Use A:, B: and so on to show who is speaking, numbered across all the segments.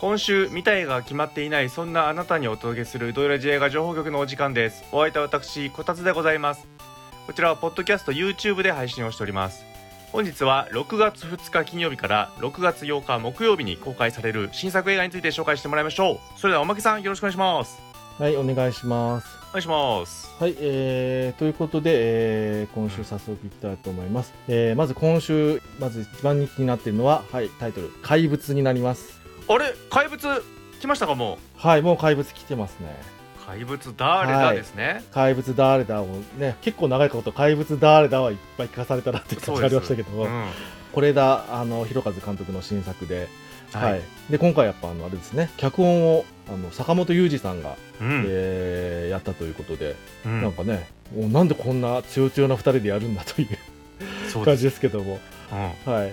A: 今週見たいが決まっていないそんなあなたにお届けするドイラジ映画情報局のお時間ですお相手は私こたつでございますこちらはポッドキャスト YouTube で配信をしております本日は6月2日金曜日から6月8日木曜日に公開される新作映画について紹介してもらいましょうそれではおまけさんよろしくお願いします
B: はい、お願いします。
A: お願いします
B: はい、えー、ということで、えー、今週早速いきたいと思います。えー、まず今週、まず一番気になっているのは、はい、タイトル、怪物になります。
A: あれ怪物来ましたかも
B: はい、もう怪物来てますね。
A: う怪物誰だ
B: はい
A: ですね、
B: 怪物誰だをね、結構長いこと怪物誰だはいっぱい聞かされたなっていう
A: そ
B: 感
A: う
B: じ
A: で
B: があ
A: す
B: りましたけど、
A: うんは
B: これだ、あの、広和監督の新作で、はい。
A: い、
B: で、今回やっぱ、あの、あれですね、脚本を、あの、坂本雄二さんが、
A: うん
B: えーやったということで、
A: うん
B: なんかね、もうなんでこんな強々な二人でやるんだという
A: そうで
B: 感
A: す、
B: じですけども、
A: うん
B: はい、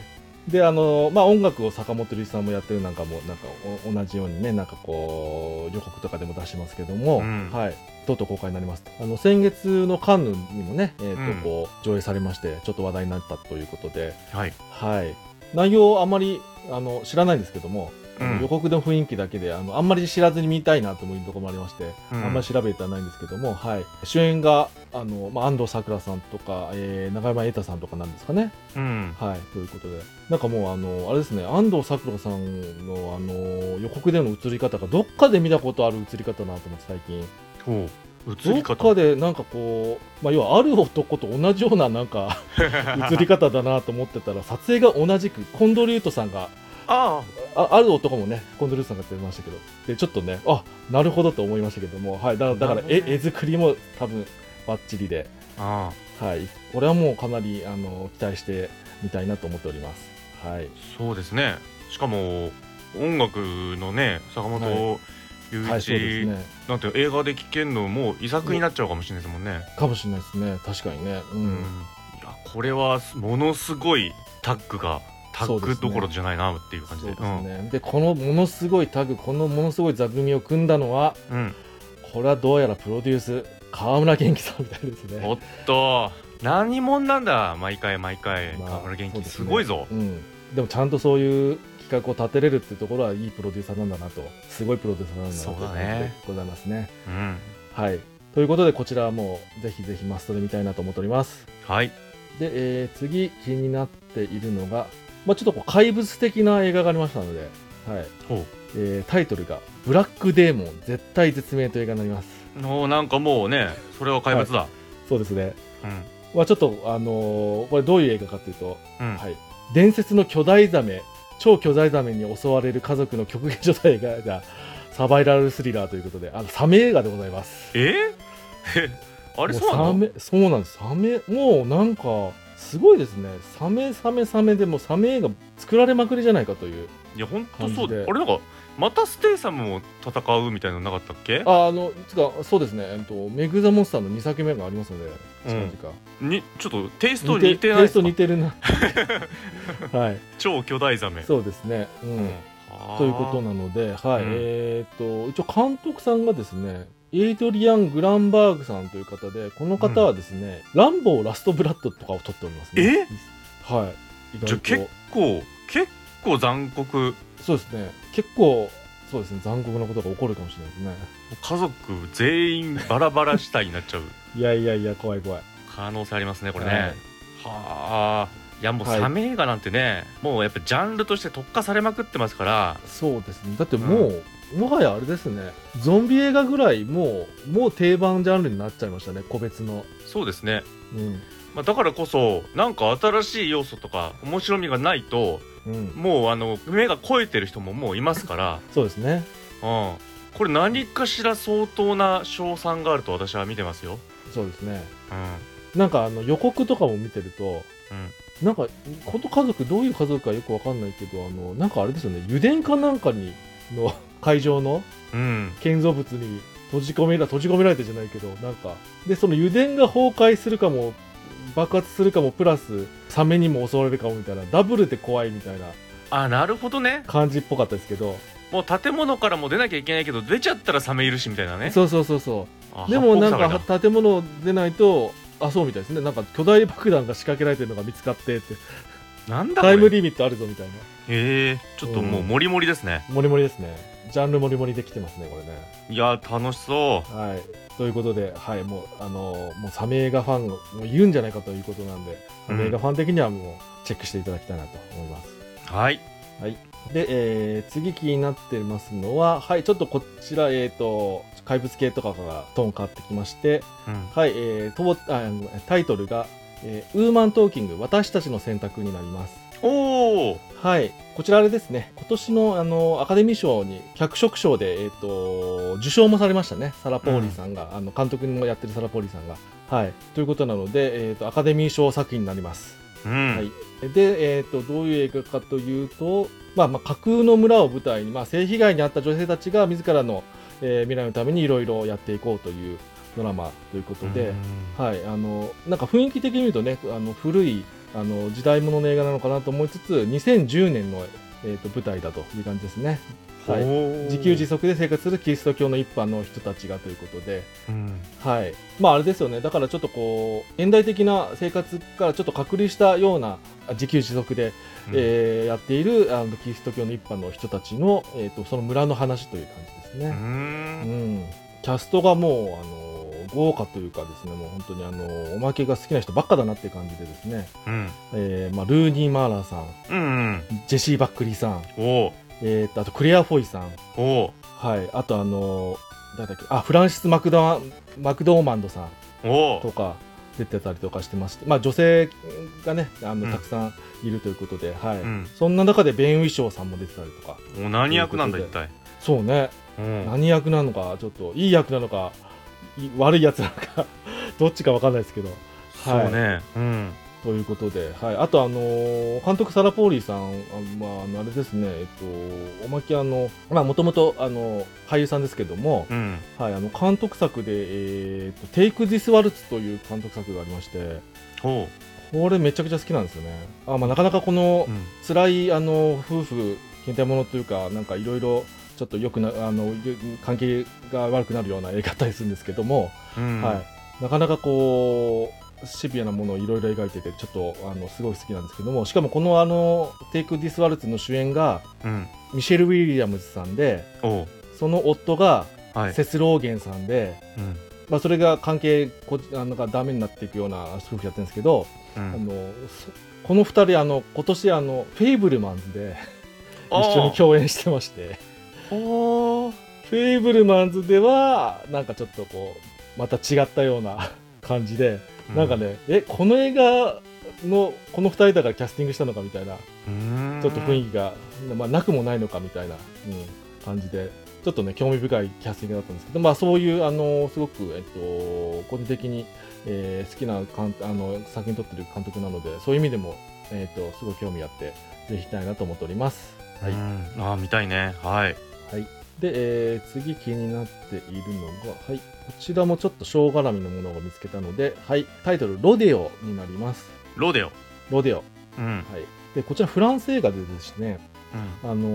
B: であの、まあ、音楽を坂本龍一さんもやってるなんかもなんかお同じようにねなんかこう予告とかでも出しますけども、
A: うん
B: はい、とうとう公開になりますとあの先月のカンヌにもね、えー
A: うん
B: とこう上映されましてちょっと話題になったということで、
A: はい
B: はい、内容あまりあの知らないんですけども、あの
A: うん
B: 予告の雰囲気だけであのあんまり知らずに見たいなというところもありまして、
A: うん
B: あんまり調べてはないんですけども、はい、主演があの、まあ、安藤サクラさんとか、えー、永山瑛太さんとかなんですかね。
A: うん
B: はい、ということで、なんかもう、あの、あれですね、安藤サクラさんの、あの、予告での映り方が、どっかで見たことある映り方だなと思って、最近。
A: そう映り
B: どっ
A: 方
B: かで、なんかこう、まあ、要は、ある男と同じような、な んか、映り方だなと思ってたら、撮影が同じく、コンドリュートさんが、
A: あ
B: あある男もね、コンドリュートさんが出ましたけど、で、ちょっとね、あ、なるほどと思いましたけども、はい、だだ
A: な
B: から
A: る、ほどね
B: 絵絵作りも多分、バッチリで、
A: あああ
B: はい、これはもうかなり、あの、期待してみたいなと思っております。はい。
A: そうですねしかも音楽のね坂本龍一、
B: はい、そうですね。
A: なんて映画で聴けるのもう遺作になっちゃうかもしれないですもんね、
B: かもしれないですね。確かにね。
A: う
B: う。
A: んんいやこれはものすごいタッグがタッ
B: そうで
A: グ
B: すね
A: どころじゃないなっていう感じ
B: そう
A: で
B: ですね。で、このものすごいタグ、このものすごい座組を組んだのは、
A: うん
B: これはどうやらプロデュース、河村元気さんみたいです
A: うんお
B: ね。
A: っと何者なんだ毎回毎回
B: まあ
A: 河村元
B: そう
A: 気
B: です
A: す
B: ね
A: ごいぞ
B: うん。でもちゃんとそういう企画を立てれるってところはいいプロデューサーなんだなと、すごいプロデューサーなんだなと
A: そうだ
B: 感
A: ね
B: じでございますね。
A: うん
B: はい。ということで、こちらはもう、ぜひぜひマストで見たいなと思っております。
A: はい
B: で、えー次気になっているのが、まあ、ちょっとこう怪物的な映画がありましたので、はい。
A: ほ
B: えータイトルが「ブラックデーモン絶対絶命」という映画になります
A: うおなんかもうねそれは怪物だ、
B: そうですね、まあ、ちょっと、あのーこれどういう映画かというと、
A: うんうん、
B: はい、伝説の巨大ザメ超巨大ザメに襲われる家族の極限状態がサバイラルスリラーということであのサメ映画でございます
A: ええあれそうなの
B: もうサメそうなんですサメもうなんかすごいですねサメサメサメでもうサメ映画作られまくりじゃないかという
A: いや本当そうで
B: 感じで
A: あれなんかまたステイサムも戦うみたいなのなかったっけ
B: ああのつかそうですね、えっと、メグ・ザ・モンスターの2作目がありますので近々、
A: にちょっとテイスト
B: 似て
A: 似てない
B: テ
A: で
B: イスト
A: すか
B: 似てるな はい
A: 超巨大ザメ
B: そうですね、うん
A: はあ
B: ということなので、はい
A: うん
B: えー、と一応監督さんがですねエイドリアン・グランバーグさんという方でこの方はですね「ランボーラストブラッド」とかを撮っておりますねえはい意
A: じゃあ
B: 外
A: 結
B: と
A: 構結構残酷
B: そうですね結構そうですね残酷なことが起こるかもしれないですね
A: 家族全員バラバラ死体になっちゃう
B: いやいやいや怖い怖い
A: 可能性ありますねこれ
B: は
A: ねはあいやもう
B: はい
A: サメ映画なんてね、もうやっぱジャンルとして特化されまくってますから
B: いそうですねだってもう、もはやあれですねゾンビ映画ぐらいもうもう定番ジャンルになっちゃいましたね個別の
A: そうですね、
B: うん
A: まあ、だからこそなんか新しい要素とか面白みがないと
B: うん
A: もうあの目が肥えてる人ももういますから、
B: そうですね。
A: うん、これ何かしら相当な賞賛があると私は見てますよ。
B: そうですね。
A: う
B: なんかあの予告とかも見てると、なんか、この家族、どういう家族かよくわかんないけど、あの、なんかあれですよね、油田かなんかに、の会場の
A: ん、うん、
B: 建造物に閉じ込めら、閉じ込められてじゃないけど、なんか、で、その油田が崩壊するかも、爆発するかも、プラス、サメにも襲われるかもみたいな、ダブルで怖いみたいな
A: あなるほどね
B: 感じっぽかったですけど、
A: もう建物からも出なきゃいけないけど出ちゃったらサメいるしみたいなね
B: そうそうそうそう。
A: あ
B: でもなん
A: 八方塞がり
B: か建物出ないとあそうみたいですねなんか巨大爆弾が仕掛けられてるのが見つかってって
A: なんだこ
B: タ
A: れ
B: イムリミットあるぞみたいな
A: えー、ちょっともうモリモリですね、
B: モリモリですねジャンルモリモリできてますねこれね
A: いやー楽しそ
B: はいということではいもうあのーもうサメ映画ファンがもういるんじゃないかということなんでサメ映画ファン的にはもうチェックしていただきたいなと思います、
A: うはい
B: で、えー次気になってますのは、はい、ちょっとこちら、えっ、と、怪物系とかがトーン変わってきまして、
A: うん
B: はい、えーともあごめんタイトルが、えーウーマントーキング、私たちの選択になります。
A: おお
B: はい、こちらあれですね、今年のあのアカデミー賞に脚色賞で、えー、と受賞もされましたね、サラ・ポーリーさんが、あの監督もやってるサラ・ポーリーさんが。はい、ということなので、えーと、アカデミー賞作品になります。
A: うん、
B: はい、で、えー、とどういう映画かというと、まあまあ、架空の村を舞台に、まあ、性被害に遭った女性たちが自らの、えー未来のためにいろいろやっていこうというドラマということで、はい、あのなんか雰囲気的に言うとねあの古いあの時代物の映画なのかなと思いつつ2010年の、えー、と舞台だという感じですね
A: うん
B: はい
A: ほー
B: 自給自足で生活するキリスト教の一般の人たちがということで、
A: うん
B: はい、まああれですよねだからちょっとこう現代的な生活からちょっと隔離したようなあ自給自足で、えーやっているあのキリスト教の一般の人たちの、えー、とその村の話という感
A: う
B: じですね、うん
A: ん
B: キャストがもう、あのー豪華というかですねもう本当に、あのーおまけが好きな人ばっかだなっていう感じでですね、
A: うん
B: えーまあ、ルーニー・マーラーさん
A: うんうん
B: ジェシー・バックリーさん、
A: おー
B: えー、とあとクレア・フォイさん、
A: お
B: はい、あとあのー誰だっけあフランシス・マクダマクドーマンドさん
A: ーお
B: と
A: ー
B: か出てたりとかしてまして、まあ、女性がねあの、
A: うん
B: たくさんいるということで、はい
A: うん
B: そんな中でベン・ウィショーさんも出てたりとか
A: お何役なんだ
B: とい
A: 一
B: うこ
A: 体
B: そうね、
A: うん
B: 何役なのかちょっといい役なのかい悪いやつなのかどっちかわかんないですけど
A: そうねうん
B: ということで、はい、あと、あのー監督サラ・ポーリーさん、あまああの、あれですね、えっと、おまけあの、まあ、もともと、あの、俳優さんですけども、
A: うん
B: はい、あの、監督作で、えーっと、テイク・ディス・ワルツという監督作がありまして、
A: ほ
B: これめちゃくちゃ好きなんですよね。あまあ、なかなかこの
A: ううん
B: 辛いあの夫婦倦怠ものというかなんかいろいろちょっとよくなあのゆ関係が悪くなるような映画だったりするんですけども、
A: うん
B: はい、なかなかこうシビアなものをいろいろ描いててちょっとあのすごい好きなんですけどもしかもこのあの「テイク・ディス・ワルツ」の主演が
A: うん
B: ミシェル・ウィリアムズさんで
A: おー
B: その夫が
A: はい
B: セス・ローゲンさんで、
A: うん
B: まあ、それが関係こあのなんかダメになっていくような夫婦やってるんですけど、
A: う
B: あ
A: ん
B: のそこの2人あの今年あの「フェイブルマンズ」で。一緒
A: お
B: に共演してまして
A: おー
B: フェイブルマンズではなんかちょっとこうまた違ったような感じで、
A: う
B: なんかねえこの映画のこの2人だからキャスティングしたのかみたいなち
A: うん
B: ょっと雰囲気が、まあ、なくもないのかみたいな、うん感じでちょっとね興味深いキャスティングだったんですけど、まあ、そういうあのすごく、えっと、個人的に、えー好きなかんあの作品撮ってる監督なのでそういう意味でも、えっと、すごい興味あってぜひ行きたいなと思っております。はい
A: うんあー見たいねはい
B: はい、で、えー次気になっているのが、はい、こちらもちょっと小絡みのものを見つけたので、はい、タイトル「ロデオ」になります。
A: ロデオ
B: ロデオ、は
A: うん
B: い、でこちらフランス映画でですね、
A: うん
B: あの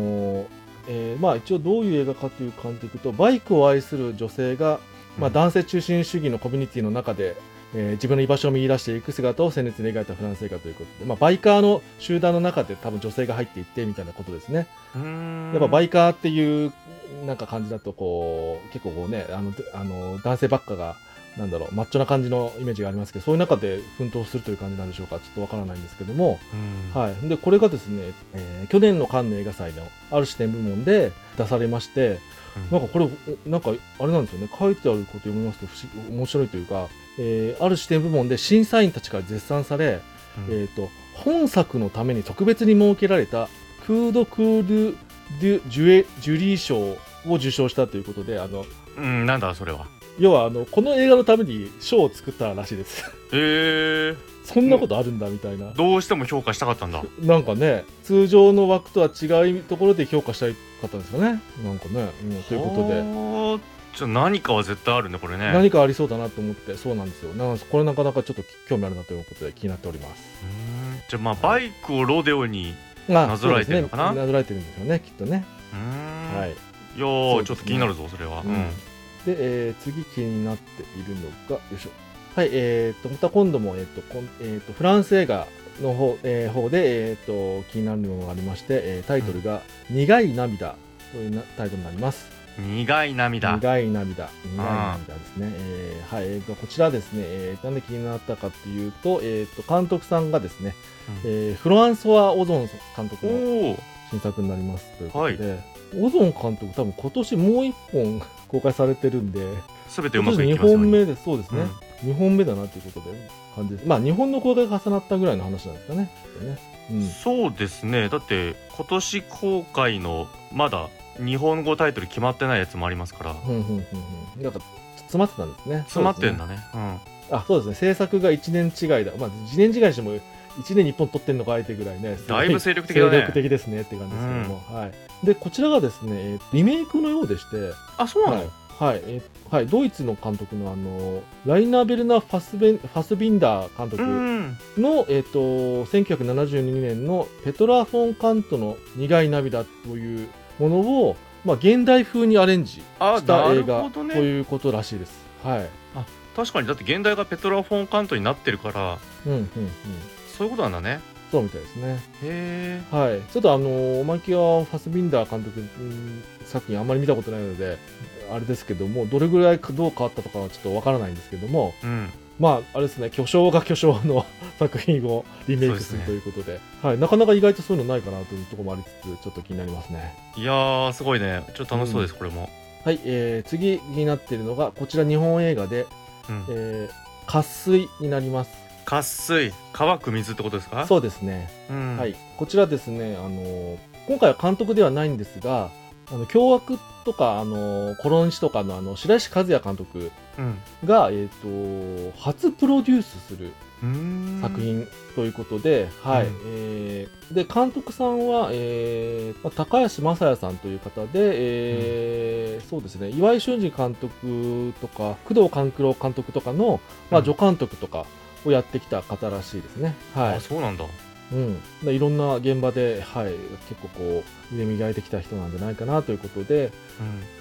B: ーえーまあ、一応どういう映画かという感じでいくとバイクを愛する女性が、まあ、男性中心主義のコミュニティの中で、えー自分の居場所を見出していく姿を鮮烈に描いたフランス映画ということで、まあ、バイカーの集団の中で多分女性が入っていってみたいなことですね。
A: うん
B: やっぱバイカーっていうなんか感じだとこう結構こうねあのであの男性ばっかがなんだろうマッチョな感じのイメージがありますけどそういう中で奮闘するという感じなんでしょうかちょっとわからないんですけども、
A: うん
B: はい、でこれがですね、えー去年のカンヌ映画祭のある視点部門で出されまして
A: うん
B: なんかこれおなんかあれなんですよね書いてあること読みますと不思面白いというか、えーある視点部門で審査員たちから絶賛され、
A: うん
B: えー、と本作のために特別に設けられたクード・クール・デュ・ジュエジュリー賞を受賞したということであの
A: うん、なんだそれは。
B: 要はあのこの映画のために賞を作ったらしいです
A: えー、
B: そんなことあるんだみたいな、
A: どうしても評価したかったんだ。
B: なんかね通常の枠とは違うところで評価したいかったんですかねなんかね、うんということで
A: とで。じゃあ何かは絶対あるねこれね。
B: 何かありそうだなと思ってそうなんですよなんかこれなかなかちょっと興味あるなということで気になっております
A: うんじゃあまあバイクをロデオに。
B: が
A: なぞらえてるのかな
B: そうですねなぞらえてるんですよねきっとね、
A: うん
B: はいい
A: やー、
B: そう
A: ちょ
B: ですね
A: っと気になるぞそれは。う
B: うん
A: ん。
B: で、えー次気になっているのが、よいしょ。はい、えー、と、また今度も、えーとこんえーと、フランス映画の方,、えー方で、えー、と気になるものがありまして、えータイトルが「苦い涙」というなタイトルになります。
A: 苦い涙
B: 苦い涙、苦い涙ですね。えーはい、えーとこちらですね、えーなんで気になったかっていうと、えーと監督さんがですね、
A: う
B: えーフロアンソワ・オゾン監督
A: お
B: の
A: お
B: 新作になりますということで、オゾン監督多分今年もう一本公開されてるんで、
A: すべてう
B: 今
A: ま
B: 年
A: くい
B: 2
A: きますよう
B: 本
A: に
B: 目で、そうですね、二2本目だなっていうことで感じです。まあ、日本の公開が重なったぐらいの話なんですかね。ねう
A: うん
B: ん、
A: そうですねだって今年公開のまだ日本語タイトル決まってないやつもありますから
B: ふんふんふんふんなんか詰まってたんですね。
A: 詰まってん
B: そうですね
A: だね
B: あそうですね制作が1年違いだ、まあ、1年違いにしても1年に1本撮ってんのかあえてぐらいねすご
A: だいぶ精力的だね
B: 精力的ですねって感じですけども、はい、でこちらがですねえーリメイクのようでして、
A: うんあそうなの、
B: はいはいえーはい、ドイツの監督のあのライナー・ベルナ・ファスベンファスビンダー監督
A: うん
B: の、えー、と1972年のペトラ・フォン・カントの「苦い涙」というものを、まあ、現代風にアレンジし
A: あ
B: た
A: な
B: 映
A: る
B: 画
A: ほ
B: と
A: どね
B: いうことらしいです。はい
A: 確かにだって現代がペトラ・フォン・カントになってるから
B: うんうんうん、
A: そういうことなんだね
B: そうみたいですね。
A: へえ
B: はい、ちょっとあのー、おまけはファスビンダー監督うん作品あんまり見たことないのであれですけどもどれぐらいかどう変わったとかはちょっとわからないんですけども
A: うん
B: まああれですね巨匠が巨匠の 作品をリメイクする
A: そ
B: と
A: う
B: いうことではい、なかなか意外とそういうのないかなというところもありつつちょっと気になりますね
A: いやーすごいねちょっと楽しそうです、これも、
B: はい、えー、次気になっているのがこちら日本映画で
A: うん
B: 「えー、渇水」になります
A: 渇水乾く水ってことですか
B: そうですね
A: う、ん、
B: はい、こちらですね、あのー今回は監督ではないんですが、あの凶悪とか、あのーコロンチとかのあの白石和也監督
A: うん
B: が、えー、と初プロデュースする
A: うーん
B: 作品ということで、はい
A: うん
B: えーで監督さんは、えーまあ高橋正也さんという方で、えーそうですね、岩井俊二監督とか工藤官九郎監督とかの、まあ、
A: うん
B: 助監督とかをやってきた方らしいですね。はい
A: あ、そうなんだ
B: うん、でいろんな現場で、はい、結構こう腕磨いてきた人なんじゃないかなということで、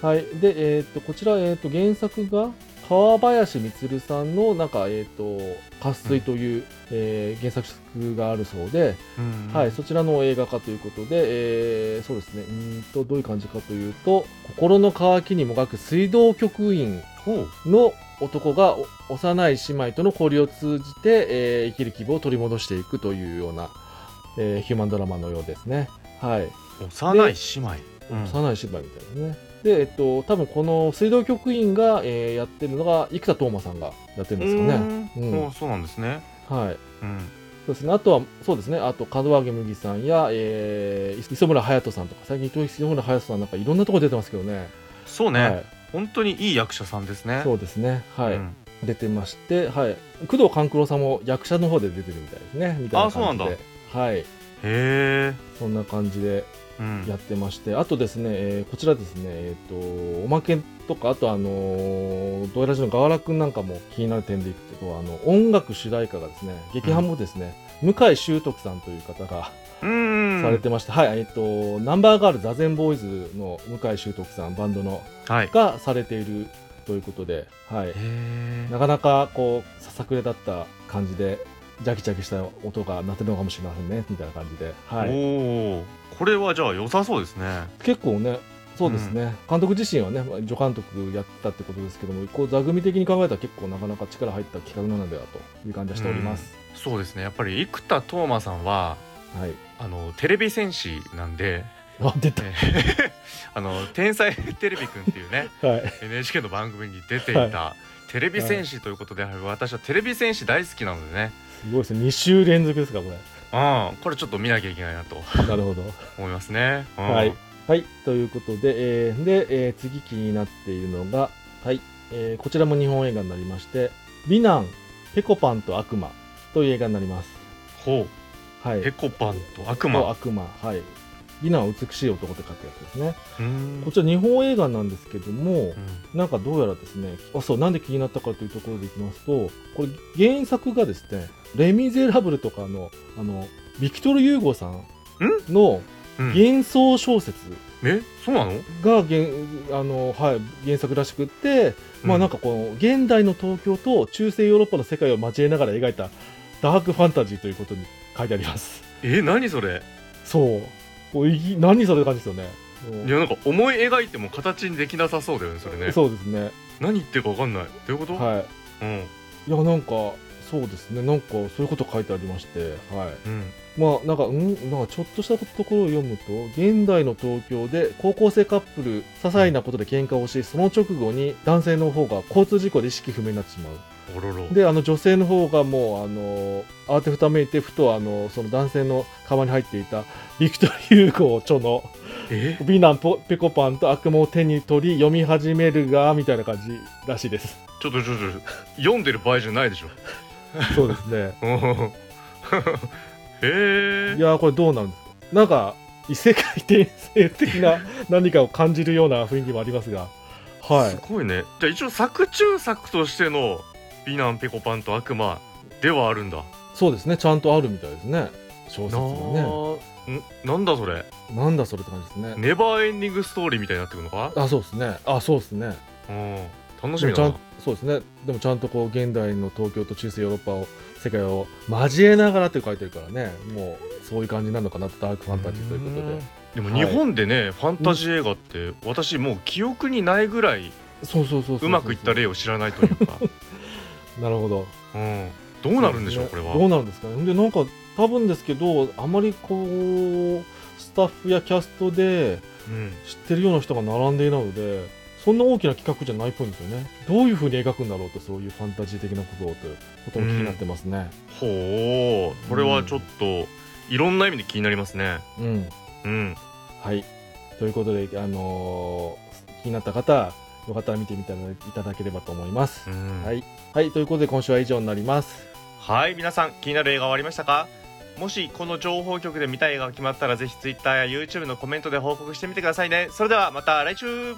A: う
B: はい、で、えー、とこちら、えー、と原作が川林充さんのなんか、えーと「渇水」という、えー原作があるそうで、
A: ん、うん
B: はい、そちらの映画化ということで、えーそうですねうーんとどういう感じかというと心の渇きにもがく水道局員
A: ほう
B: の男がお幼い姉妹との交流を通じて、えー生きる希望を取り戻していくというような、えーヒューマンドラマのようですね。はい、
A: 幼い姉妹、うん
B: 幼い姉妹みたいなね。で、えっと、多分この水道局員が、えーやってるのが生田斗真さんがやってるんですよね。
A: うー
B: うんん
A: もうそうなんですね。
B: はい
A: うん。
B: そうですね、あとは、そうですね、あと、門脇麦さんや、えー磯村勇斗さんとか、最近、磯村勇斗さんなんかいろんなとこ出てますけどね。
A: そうね、
B: はい、
A: 本当にいい役者さんですね。
B: そうですね、はい。
A: うん
B: 出てまして、はい、工藤官九郎さんも役者の方で出てるみたいですねみたい
A: あ
B: な感じで
A: そうなんだ
B: はい
A: へえ。
B: そんな感じで
A: うん。
B: やってまして、あとですね、えーこちらですねえっ、とおまけとかあとあのードイラジのガワラくんなんかも気になる点でいくとあの音楽主題歌がですね劇伴もですね、向井修徳さんという方が
A: うん。
B: されてまして、はい、えっ、と、ナンバーガール座禅ボーイズの向井修徳さん、バンドの、
A: はい。へ
B: がされているということで、はい。
A: え。
B: なかなかこうささくれだった感じでジャキジャキした音が鳴ってるのかもしれませんねみたいな感じで、はい、
A: おお。これはじゃあ良さそうですね。
B: 結構ねそうですね、監督自身はねまあ助監督やったってことですけどもこう座組的に考えたら結構なかなか力入った企画なのではという感じはしております、
A: そうですね。やっぱり生田斗真さんは
B: はい
A: あのテレビ戦士なんで、
B: あ出た
A: えあの天才テレビくんっていうね
B: はい
A: NHK の番組に出ていた。テレビ戦士ということで、私はテレビ戦士大好きなのでね、
B: すごいですね2週連続ですかこれ
A: うん、これちょっと見なきゃいけないなと
B: なるほど
A: 思いますね。うん
B: はい。はい、ということで、えーで、えー次気になっているのが、はい、えーこちらも日本映画になりまして、美男、ペコパンと悪魔という映画になります。
A: ほう。
B: はい。
A: ペコパンと悪魔。
B: 悪魔。はい。美男は美しい男って書くやつですね。
A: うーん
B: こちら日本映画なんですけども
A: う、ん
B: なんかどうやらですね、あ、そう、なんで気になったかというところでいきますと、これ原作がですね、レミゼラブルとかの、あの、ビクトル・ユーゴさんの
A: うん
B: 幻想小説
A: えそうなの、
B: が原あの、はい、原作らしくって、まあなんかこの現代の東京と中世ヨーロッパの世界を交えながら描いたダークファンタジーということに書いてあります
A: え何それ
B: そうこういき何それって感じですよねうん
A: いやなんか思い描いても形にできなさそうだよねそれね
B: そうですね
A: 何言ってるか分かんないどういうこと、
B: は
A: うん
B: いいやなんかそうですねなんかそういうこと書いてありましてはい
A: うん
B: まあなんかうんなんかちょっとしたところを読むと現代の東京で高校生カップル些細なことで喧嘩をしその直後に男性の方が交通事故で意識不明になってしまう
A: おろろ
B: であの女性の方がもうあの慌てふためいてふとあのその男性のカバンに入っていたビクトリー・ユーゴー著の
A: え
B: 「美男ポペコパンと悪夢を手に取り読み始めるが」みたいな感じらしいです
A: ちょっとちょっとちょっと読んでる場合じゃないでしょ
B: そうですね
A: うん へ
B: い
A: え
B: やーこれどうなんですかなんか異世界転生的な何かを感じるような雰囲気もありますがは
A: すごいねじゃあ一応作中作としての「美男ペコパンと悪魔」ではあるんだ
B: そうですねちゃんとあるみたいですね小説
A: な
B: も
A: あんなんだそれ
B: ねなんだそれって感じですね
A: ネバーエンディングストーリーみたいになってくるのか
B: あそうですねあそうですね
A: うん楽し
B: で
A: み
B: もちゃ
A: だ
B: ん
A: な
B: そうですねでもちゃんとこう現代の東京と中世ヨーロッパを世界を交えながらって書いてるからねもうそういう感じなのかなとダークファンタジーということで
A: でも
B: はい
A: 日本でね、ファンタジー映画って私もう記憶にないぐらい
B: そうそうそうそ
A: う
B: う
A: まくいった例を知らないという か、
B: なるほど
A: うん、どうなるんでしょうこれ
B: どう
A: は。
B: なるんですかねでなんか多分ですけどあまりこうスタッフやキャストで
A: うん、
B: 知ってるような人が並んでいないのでそんな大きな企画じゃないっぽいんですよねどういうふうに描くんだろうとそういうファンタジー的なことをということも気になってますね
A: ほうこれはちょっといろんな意味で気になりますね。
B: うん、
A: うん、
B: はいということであのー気になった方よかったら見てみていただければと思います
A: う、ん
B: はい、はい、ということで今週は以上になります
A: はい皆さん気になる映画はありましたかもしこの情報局で見たい映画が決まったらぜひ Twitter や YouTube のコメントで報告してみてくださいねそれではまた来週